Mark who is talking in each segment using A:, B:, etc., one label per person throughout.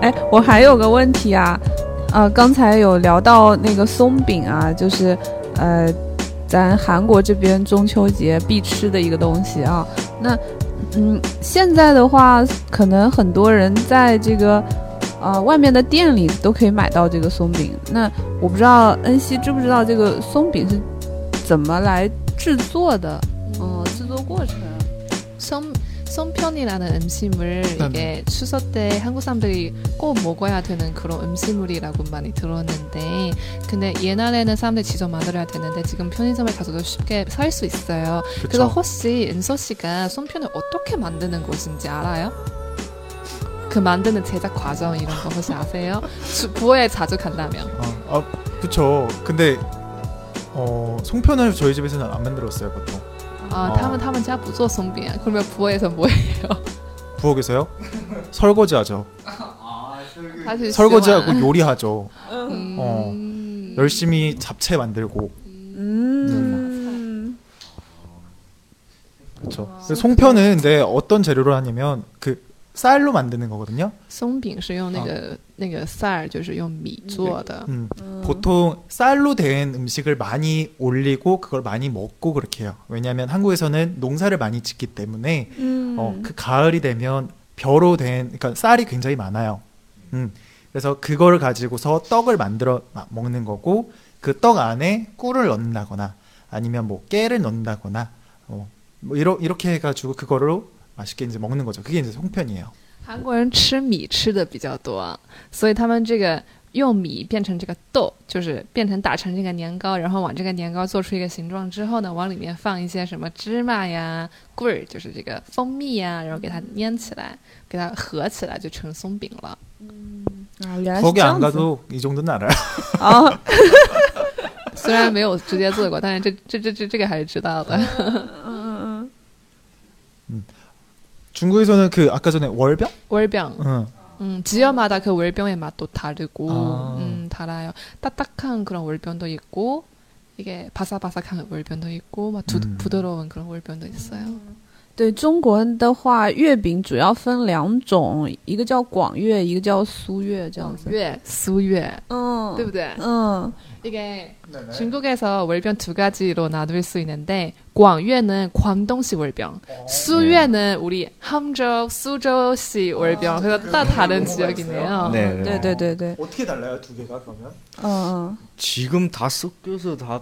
A: 哎，我还有个问题啊，呃，刚才有聊到那个松饼啊，就是呃，咱韩国这边中秋节必吃的一个东西啊。那嗯，现在的话，可能很多人在这个呃外面的店里都可以买到这个松饼。那我不知道恩熙知不知道这个松饼是怎么来制作的？嗯、制作过程。
B: 선, 선편이라는 음식물 이게 추석 때 한국 사람들이 꼭 먹어야 되는 그런 음식물이라고 많이 들었는데 근데 옛날에는 사람들이 직접 만들어야 되는데 지금 편의점에 가서도 쉽게 살 수 있어요.
C: 그쵸.
B: 그래서 혹시 은서 씨가 손편을 어떻게 만드는 것인지 알아요? 그 만드는 제작 과정 이런 거 혹시 아세요? 주, 부에 자주 간다면.
C: 아, 아 그쵸. 근데 어 송편을 저희 집에서는 안 만들었어요 보통
B: 아,
C: 어.
B: 타면 타면 제가 부조 성비야. 그러면 부에서 뭐
C: 부엌에서요. 설거지하죠.
B: 다시
C: 설거지하고 요리하죠.
B: 음.
C: 어. 열심히 잡채 만들고
A: 嗯，
C: 그렇죠. 송편은 근데 어떤 재료로 하냐면 그 쌀로 만드는 거거든요.
B: 松饼是用那个、那个塞儿，就是用米做的。
C: 음, 보통 쌀로 된 음식을 많이 올리고 그걸 많이 먹고 그렇게 해요. 왜냐하면 한국에서는 농사를 많이 짓기 때문에
A: 嗯
C: 어,
B: 음.
C: 그 가을이 되면 벼로 된 그러니까 쌀이 굉장히 많아요. 음, 그래서 그걸 가지고서 떡을 만들어 마- 먹는 거고 그 떡 안에 꿀을 넣는다거나 아니면 뭐 깨를 넣는다거나 어, 뭐 이러, 이렇게 해가지고 그거로 맛있게 이제 먹는 거죠. 그게 이제 송편이에요.
B: 韩国人吃米吃的比较多，所以他们这个用米变成这个豆，就是变成打成这个年糕，然后往这个年糕做出一个形状之后呢，往里面放一些什么芝麻呀、棍儿，就是这个蜂蜜呀，然后给它粘起来，给它合起来就成松饼了。
A: 啊，原来是这
C: 거기 안
A: 样子
C: 가도 이 정도는 알아요.
A: 啊。
B: 虽然没有直接做过，但是这这这这这个还是知道的。
A: 嗯
C: 중국에서는 그 아까 전에 월병?
B: 味儿饼
C: 응.
B: 음, 지역마다 그 월병의 맛도 다르고,
C: 아.
B: 음, 달아요. 딱딱한 그런 월병도 있고, 이게 바삭바삭한 월병도 있고, 막 두,
C: 음.
B: 부드러운 그런 월병도 있어요.
A: 对中国的话，月饼主要分两种，一个叫广月，一个叫苏月，这样子。
B: 예, 수예.
A: 嗯，
B: 对不对?
A: 嗯
B: 이게 중국에서 월병 두 가지로 나눌 수 있는데, 광유는 광동식 월병, 수유는 우리 함저, 수저시 월병. 아, 네. 그래서 다 다른 지역이네요.
D: 네,
A: 对对对对，
C: 어떻게 달라요 두 개가 그러면?
A: 嗯
D: 지금 다 섞여서 다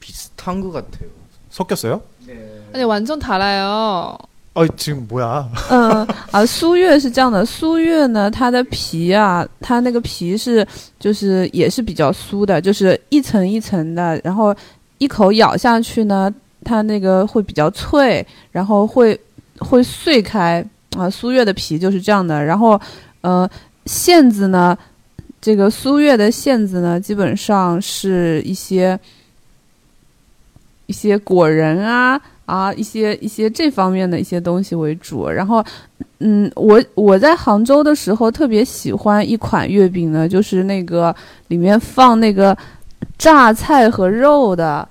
D: 비슷한 것 같아요.
C: 섞였어요?
B: 아니, 완전 달아요.
C: 아 지금 뭐야?
A: 嗯啊，苏月是这样的，苏月呢，它的皮啊，它那个皮是就是也是比较酥的，就是一层一层的，然后一口咬下去呢，它那个会比较脆，然后会会碎开啊。苏月的皮就是这样的，然后呃，馅子呢，这个苏月的馅子呢，基本上是一些一些果仁啊啊，一些一些这方面的一些东西为主。然后，嗯，我我在杭州的时候特别喜欢一款月饼呢，就是那个里面放那个榨菜和肉的。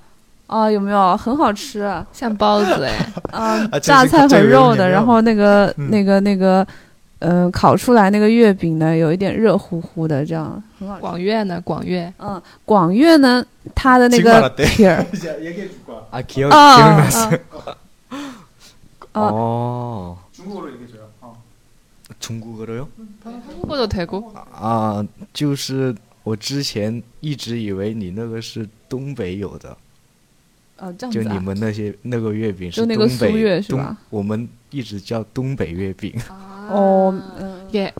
A: 啊，有没有很好吃？啊，
B: 像包子哎。
C: 这是
A: 榨菜
C: 啊这
A: 和
C: 个有
A: 肉
C: 点
A: 的，
C: 料
A: 然后那个、
C: 嗯
A: 那个那个，呃，烤出来那个月饼呢，有一点热乎乎的，这样很好吃。
B: 广粤呢？广粤。
A: 嗯，广粤呢，它的那
C: 金瓜拉
A: 个
C: 对
A: 皮 儿
C: 얘기해 줄 거야.
D: 아 기억
A: 啊，
D: 기억났어.
A: 啊
D: 어.
A: 어.
C: 중국어로 얘기해 줘요. 어.
D: 중국어로요?
B: 한국어도 되고
D: 啊，就是我之前一直以为你那个是东北有的，
A: 呃，这样
D: 就
A: 子
D: 你
A: 啊，
D: 们那些那个月饼
A: 就是那
D: 东
A: 个
D: 北，
A: 苏月是吧
D: 东我们一直叫东北月饼。
C: 아.
A: 哦，嗯
C: 예.
B: 이게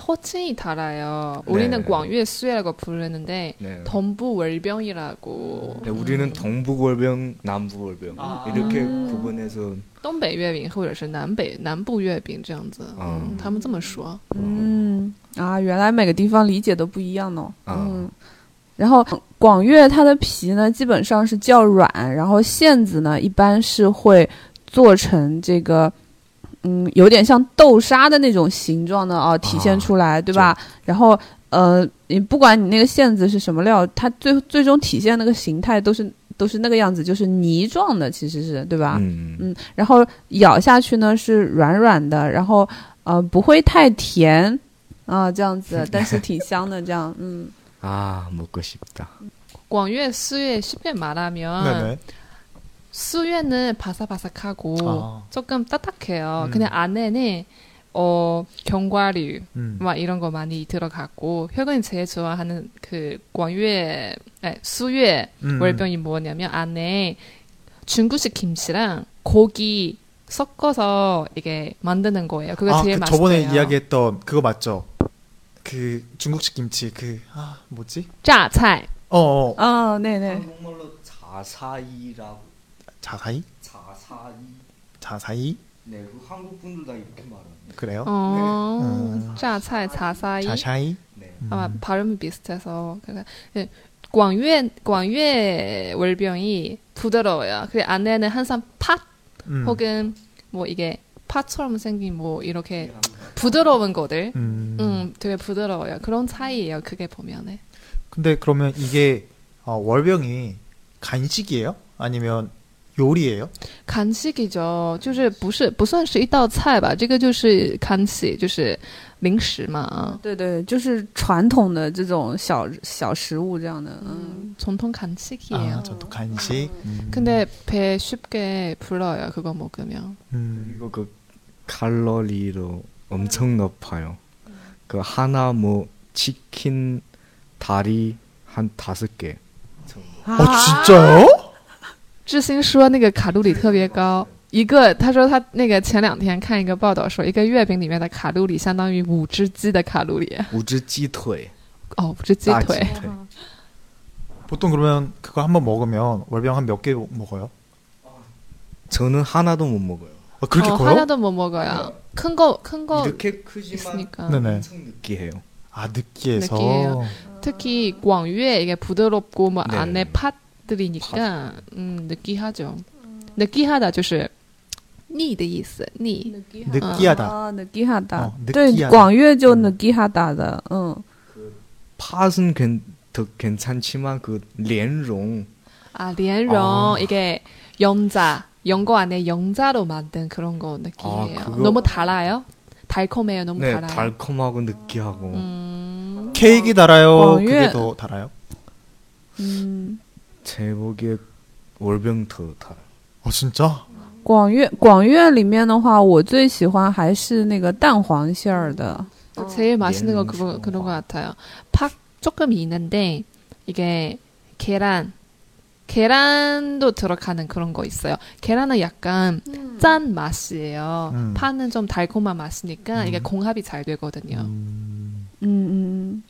B: 호칭이 어, 달라요.
D: 네.
B: 우리는 광유수라고 부르는데
D: 네.
B: 동부 월병이라고.
D: 네, 우리는 동북월병, 남북월병 이렇게 구분해서
B: 동백 月饼或者是南北-南部月饼这样子。
C: 아。
D: 哦。
B: 他们这么说。
A: 嗯啊，原来每个地方理解都不一样呢。
D: 啊
A: 嗯，然后广粤它的皮呢，基本上是较软，然后馅子呢，一般是会做成这个。嗯，有点像豆沙的那种形状的啊，体现出来，对吧？然后，呃，你不管你那个馅子是什么料，它最最终体现那个形态都是都是那个样子，就是泥状的，其实是对
D: 아.
A: 吧？
D: 嗯，
A: 嗯，然后咬下去呢是软软的，然后呃不会太甜，啊，这样 子，但是挺香的，这样，嗯，
D: 아 먹고 싶다.
B: 광유의 수유의 쉽게 말하면
C: 네네.
B: 수유는 바삭바삭하고
C: 아.
B: 조금 딱딱해요.
C: 음.
B: 그냥 안에는 어 견과류
C: 음.
B: 막 이런 거 많이 들어갔고 혁은이 제일 좋아하는 그 광유의 아니, 수유의
C: 음.
B: 월병이 뭐냐면 안에 중국식 김치랑 고기 섞어서 이게 만드는 거예요. 그거
C: 아,
B: 제일
C: 그
B: 맛있어요.
C: 저번에 이야기했던 그거 맞죠? 그 중국식 김치 그 아 뭐지?
B: 짜차이.
C: 어, 어
A: 啊，那
D: 네.
A: 那
D: 한국말로 자사이라고
C: 자사이?
D: 자사이.
C: 자사이?
D: 네, 그 한국 분들 다 이렇게 말합니다.
C: 그래요?
B: 어,
C: 음.
B: 짜차이 자사이.
C: 자샤이?
D: 네.
B: 아마
C: 음.
B: 발음이 비슷해서 그러니까 예, 광유의 광유의 월병이 부드러워요. 그 안에는 항상 팥
C: 음.
B: 혹은 뭐 이게 팥처럼 생긴 뭐 이렇게 부드러운 거들.
C: 음.
B: 음, 되게 부드러워요. 그런 차이예요. 그게 보면은.
C: 근데 그러면 이게 어, 월병이 간식이에요? 아니면 요리예요?
B: 간식이죠就是不是不算是一道菜吧？这个就是간식，就是零食嘛。啊
A: 对对，就是传统的这种小小食物这样的，嗯，
B: 嗯，전통간식이에요
C: 아, 저도 간식. 음.
B: 啊 근데 배 쉽게 불러요. 그거 먹으면.
C: 음.
D: 그리고 그 칼로리도 엄청 높아요. 그 하나 뭐 치킨 다리 한 다섯 개.
A: 嗯
C: 어 진짜요?
B: 志新说那个卡路里特别高，一个他说他那个前两天看一个报道说，一个月饼里面的卡路里相当于五只鸡的卡路里。
D: 우즈 찌腿.
B: 哦，五只鸡
D: 大鸡
B: 腿。
D: 腿
A: 啊
C: 보통 그러면 그거 한번 먹으면 월병 한 몇 개 먹어요?
D: 저는 하나도 못 먹어요.
C: 아, 그렇게
B: 어,
C: 커요?
B: 哦 하나도 못 먹어요. 큰 거, 큰 거
D: 이렇게 크지만
B: 있으니까.
C: 네네.
D: 엄청 느끼해요.
C: 아 느끼해서.
B: 느끼해요. 특히 광유에 이게 부드럽고 뭐
D: 네.
B: 안에 팥들이니까 음, 느끼하죠. 느끼하다 就是腻的意思，腻。
C: 느끼하다.
A: 啊，느끼하다
C: 어， ，
A: 对，
C: 느끼하다.
A: 广粤就느끼하다的，嗯，
D: 팥은 괜, 더 괜찮지만 그 莲蓉
B: 아, 련롱
C: 아.
B: 이게 영자, 연고 안에 영자로 만든 그런 거 느끼해요.
D: 아, 그거-
B: 너무 달아요? 달콤해요, 너무
D: 네,
B: 달아요.
D: 달콤하고 느끼하고
B: 음,
C: 케이크 달아요.
B: 어, 예.
A: 광유에-
C: 그게 더 달아요?
A: 嗯，
D: 제 보기에 월병 더 달아요.
C: 어 진짜?
A: 广粤广粤里面的话，我最喜欢还是那个蛋黄馅儿的，
C: 어,
B: 제일 맛있는 거
D: 련롱
B: 그거 그런
D: 좋아.
B: 거 같아요. 팥 조금 있는데 이게 계란 계란도 들어가는 그런 거 있어요. 계란은 약간 짠 맛이에요.
C: 음.
B: 파는 좀 달콤한 맛이니까 이게
C: 음.
B: 공합이 잘 되거든요.
C: 음.
A: 嗯嗯嗯，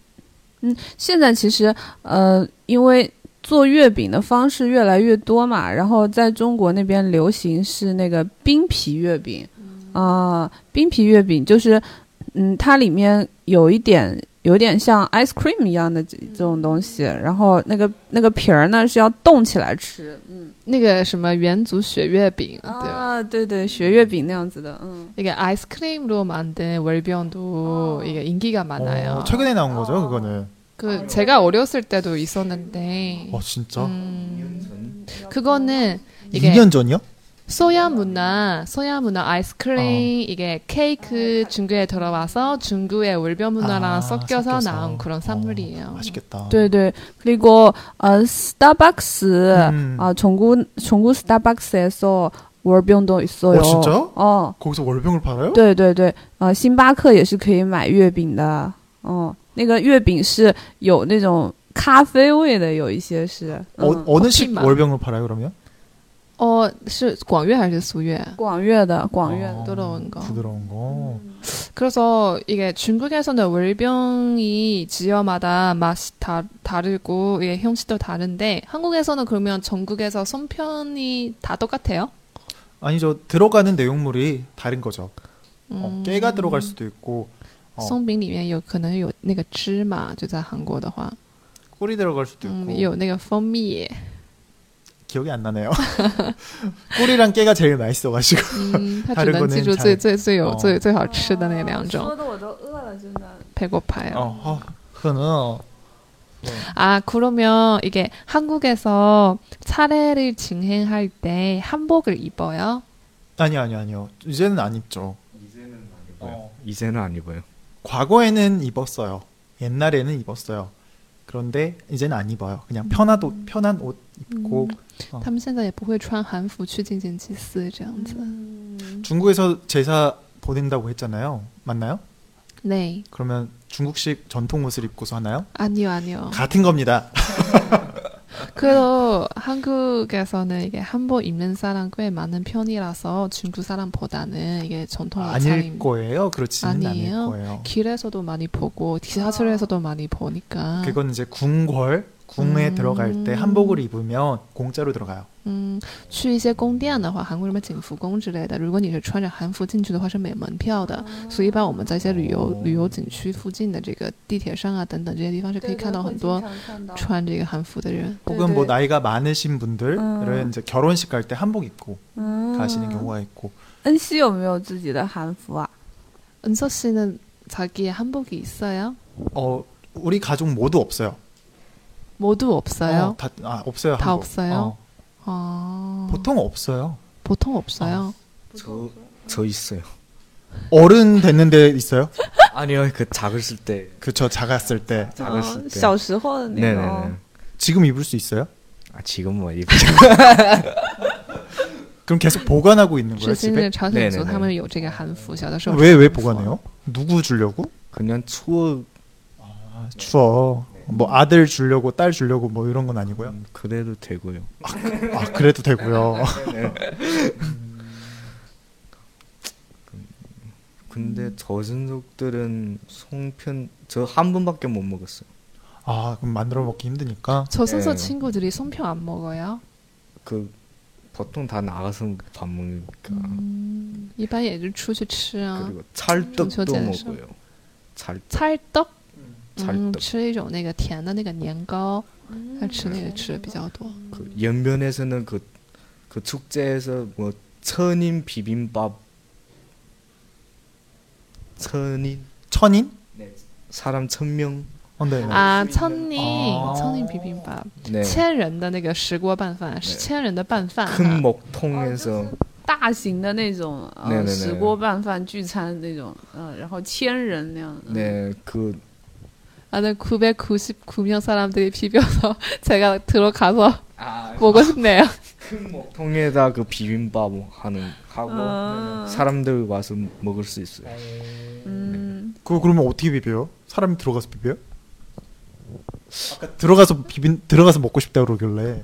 A: 嗯，现在其实呃，因为做月饼的方式越来越多嘛，然后在中国那边流行是那个冰皮月饼，啊、冰皮月饼就是，嗯，它里面有一点有点像 ice cream 一样的这这种东西，然后那个那个皮儿呢是要冻起来吃，嗯
B: 那个什么元祖雪
C: 아.
B: 月饼，对吧？
A: 啊，对对，雪月饼那样子的，嗯，
B: 이게 아이스크림으로 만든 월병도 이게 인기가 많아요.
C: 아. 어, 최근에 나온 거죠 그거는.
B: 그 제가 어렸을 때도 있었는데,
C: 어 진짜?
B: 음, 그거는 이게
C: 2년 어. 전이요?
B: 소야 문화, 소야 문화 아이스크림
C: 어.
B: 이게 케이크 중국에 들어와서 중국의 월병 문화랑
C: 아,
B: 섞여서,
C: 섞여서.
B: 나온 그런
C: 어,
B: 산물이에요.
C: 맛있겠다.
A: 对对，그리고어스타벅스
C: 음.
A: 아, 전국 전국 스타벅스에서 월병도 있어요.
C: 어, 진짜요?
A: 어,
C: 거기서 월병을 팔아요?
A: 对对对，呃，星巴克也是可以买月饼的。哦、那个月饼是有那种咖啡味的，有一些是。嗯
C: 어, ， 어느 식
B: 커피맛.
C: 월병을 팔아요 그러면?
B: 어, 是广粤还是苏粤
A: 广粤的，广粤的。
C: 어,
B: 부드러운 아, 거. 음.
C: 부드러운 거.
B: 그래서 이게 중국에서는 월병이 지역마다 맛이 다, 다르고 이게 형식도 다른데 한국에서는 그러면 전국에서 손편이 다 똑같아요?
C: 아니죠 들어가는 내용물이 다른 거죠. 어,
B: 음,
C: 깨가 들어갈 수도 있고 어,
B: 松饼里面有可能有那个芝麻，就在韩国的话，
C: 꿀이 들어갈 수도 있고
B: 嗯，有那个蜂蜜耶，
C: 기억이 안 나네요. 꿀이랑 깨가 제일 맛있어가지고
B: 嗯，他
C: 它
B: 只
C: 这个
B: 能记
C: 能
B: 住
C: 拆
B: 最最最有
C: 哦
B: 最最好吃的那两种。
A: 的我都饿了，真的。
B: 배고파요.
C: 어, 어, 그거는 어,
B: 아, 그러면 이게 한국에서 차례를 진행할 때 한복을 입어요?
C: 아니요 아니요 아니요 이제는 안 입죠.
D: 이제는 안 입어요.
C: 어,
D: 이제는 안 입어요.
C: 과거에는 입었어요. 옛날에는 입었어요. 그런데 이제는 안 입어요. 그냥 편한 옷, 편한 옷
B: 음.
C: 입고
B: 他们现在也不会穿韩服去进行祭祀这样子。
A: 음. 嗯
C: 중국에서 제사 보낸다고 했잖아요. 맞나요?
B: 네,
C: 그러면 중국식 전통 옷을 입고서 하나요?
B: 아니요, 아니요.
C: 같은 겁니다.
B: 그래도 한국에서는 이게 한복 입는 사람 꽤 많은 편이라서 중국 사람보다는 이게 전통
C: 아닐
B: 옷차림
C: 거예요. 그렇지는 않을
B: 어, 아니에요?
C: 거예요.
B: 길에서도 많이 보고 지하철에서도 많이 보니까.
C: 그건 이제 궁궐 궁에
B: 음.
C: 들어갈 때 한복을 입으면 공짜로 들어가요.
B: 嗯，去一些宫殿的话，韩国什么景福宫之类的，如果你是穿着韩服进去的话，是没门票的。所以一般我们在一些旅游旅游景区附近的这个地铁上啊等等这些地方，是可以看到很多穿这个韩服的人。
C: 혹은
A: 네네.
C: 뭐 나이가 많으신 분들은
B: 어.
A: 음.
C: 이제 결혼식 갈 때 한복 입고
B: 음.
C: 가시는
A: 嗯
C: 경우가 있고
A: 恩熙有没有自己的韩服啊？
B: 은서 씨는 자기의 한복이 있어요?
C: 어 우리 가족 모두 없어요.
B: 모두 없어요.
C: 어, 다, 아, 없어요.
B: 다
C: 한복.
B: 없어요?
C: 어,
B: 어,
C: 보통 없어요.
B: 보통 없어요.
D: 저, 저 있어요.
C: 어른 됐는데 있어요?
D: 아니요, 그 작았을 때.
C: 그쵸 작았을 때
A: 哦
D: 작았을 때.
A: 小时候的那
D: 네네네.
A: 种。
C: 지금 입을 수 있어요?
D: 아 지금 뭐 입.
C: 그럼 계속 보관하고 있는
B: 是
C: 거예요
B: 现在
C: 집에?
B: 朝鲜
D: 네
B: 族
D: 네 네
B: 他们有这个韩服，小的时候
C: 왜
B: 穿韩
C: 왜
B: 服
C: 보관해요? 누구 주려고?
D: 그냥 추억.
C: 아, 추워. 뭐 아들 주려고 딸 주려고 뭐 이런 건 아니고요.
D: 음, 그래도 되고요.
C: 아 그래도 되고요.
D: 근데 저승족들은 송편 저 한 번밖에 못 먹었어요.
C: 아 그럼 만들어 먹기 힘드니까.
B: 조선소
D: 네.
B: 친구들이 송편 안 먹어요?
D: 그 보통 다 나가서 밥 먹으니까.
B: 음, 일반 얘들 出去吃啊。
D: 그리고 찰떡도
B: 저기에서.
D: 먹어요. 음, 찰
B: 찰떡，嗯，
D: 찰떡.
B: 吃一种那个甜的那个年糕，他吃
A: 嗯
B: 那个吃的比较多。
D: 그 연변에서는 그, 그 축제에서 뭐 천인 비빔밥 천인
C: 천인?
D: 사람 천명
C: 어, 네. 네.
B: 啊，苍宁
C: 嗯哦，
B: 苍宁比饼吧，
D: 네.
B: 千人的那个石锅拌饭是千人的拌饭啊，
D: 큰
A: 아,
D: 먹통에서
A: 哦大型的那种呃
D: 对对对
A: 石锅拌饭聚餐那种，嗯、然后千人那样的。
D: 네, 그
B: 아나999명사람들이비벼서 제가들어가서 먹고싶네요
D: 큰 먹통에다 그 비빔밥 하는 하고
A: 아.
D: 사람들 와서 먹을 수 있어요.
A: 嗯，
C: 그 그러면 어떻게 비벼요? 사람이 들어가서 비벼요? 아까 들어가서 비빈 들어가서 먹고 싶다 그러길래.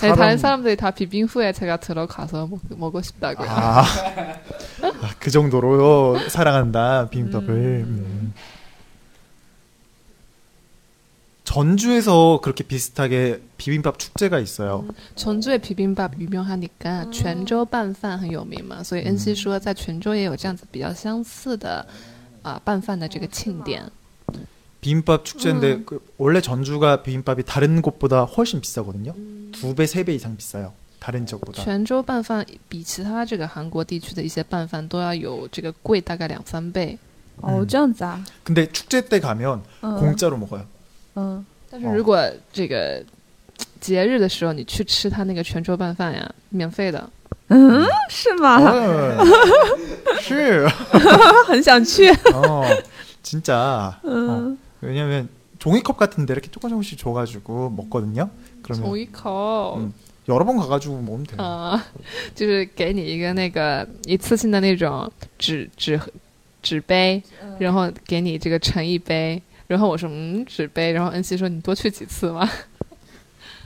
B: 네, 다른 사람들이 다 비빈 후에 제가 들어가서 먹, 먹고 싶다고요.
C: 아, 아, 그 정도로 사랑한다 비빔밥을. 음. 전주에서 그렇게 비슷하게 비빔밥 축제가 있어요.
B: 전주의 비빔밥 유명하니까泉州拌饭很有名嘛，所以恩熙说在泉州也有这样子比较相似的啊拌饭的这个庆典。
C: 비빔밥 축제인데 그 원래 전주가 비빔밥이 다른 곳보다 훨씬 비싸거든요. 두 배, 세 배 이상 비싸요. 다른 지역보다.
B: 泉州拌饭比其他这个韩国地区的一些拌饭都要有这个贵大概两三倍，
A: 哦，这样子啊，
C: 근데 축제 때 가면
A: 嗯
C: 공짜로 먹어요.
A: 嗯，
B: 但是如果这个节日的时候你去吃他那个泉州拌饭呀，免费的。
A: 嗯是
C: 아.
D: 嗯
A: 吗？
C: 네. 어, 실.
A: 很想去。
C: 어, 진짜. 어,
A: 嗯，
C: 왜냐면 종이컵 같은데 이렇게 조금 조금씩 줘가지고 먹거든요.
B: 我
C: 그러면
B: 一口
C: 음. 여러 번 가가지고 먹으면 돼요.
B: 啊， 就是给你一个那个一次性的那种纸纸纸杯，
D: 嗯
B: 然后给你这个盛一杯。然后我说嗯纸杯，然后恩熙说你多去几次嘛。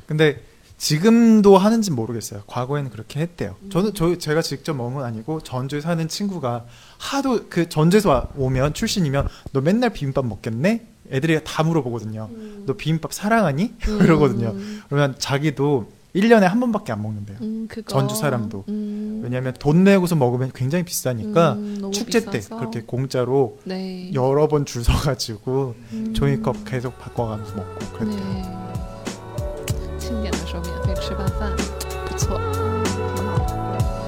C: 근데 지금도 하는지 모르겠어요. 과거에는 그렇게 했대요. 저는 저 제가 직접 먹은 건 아니고 전주에 사는 친구가 하도 그 전주에서 와- 오면 출신이면 너 맨날 비빔밥 먹겠네? 애들이 다 물어보거든요.
B: 음.
C: 너 비빔밥 사랑하니? 그러거든요. 그러면 자기도 1년에 한 번밖에 안 먹는데요.
B: 음 그거
C: 嗯 전주 사람도.
B: 음.
C: 왜냐하면 돈 내고서 먹으면 굉장히 비싸니까
B: 음, 너무
C: 축제 때
B: 비싸서.
C: 그렇게 공짜로
B: 네. 음.
C: 여러 번 줄 서가지고 종이컵 계속 바꿔가면서 먹고 그랬대요.
B: 对，庆典的时候免费吃拌饭，不错。
A: 挺好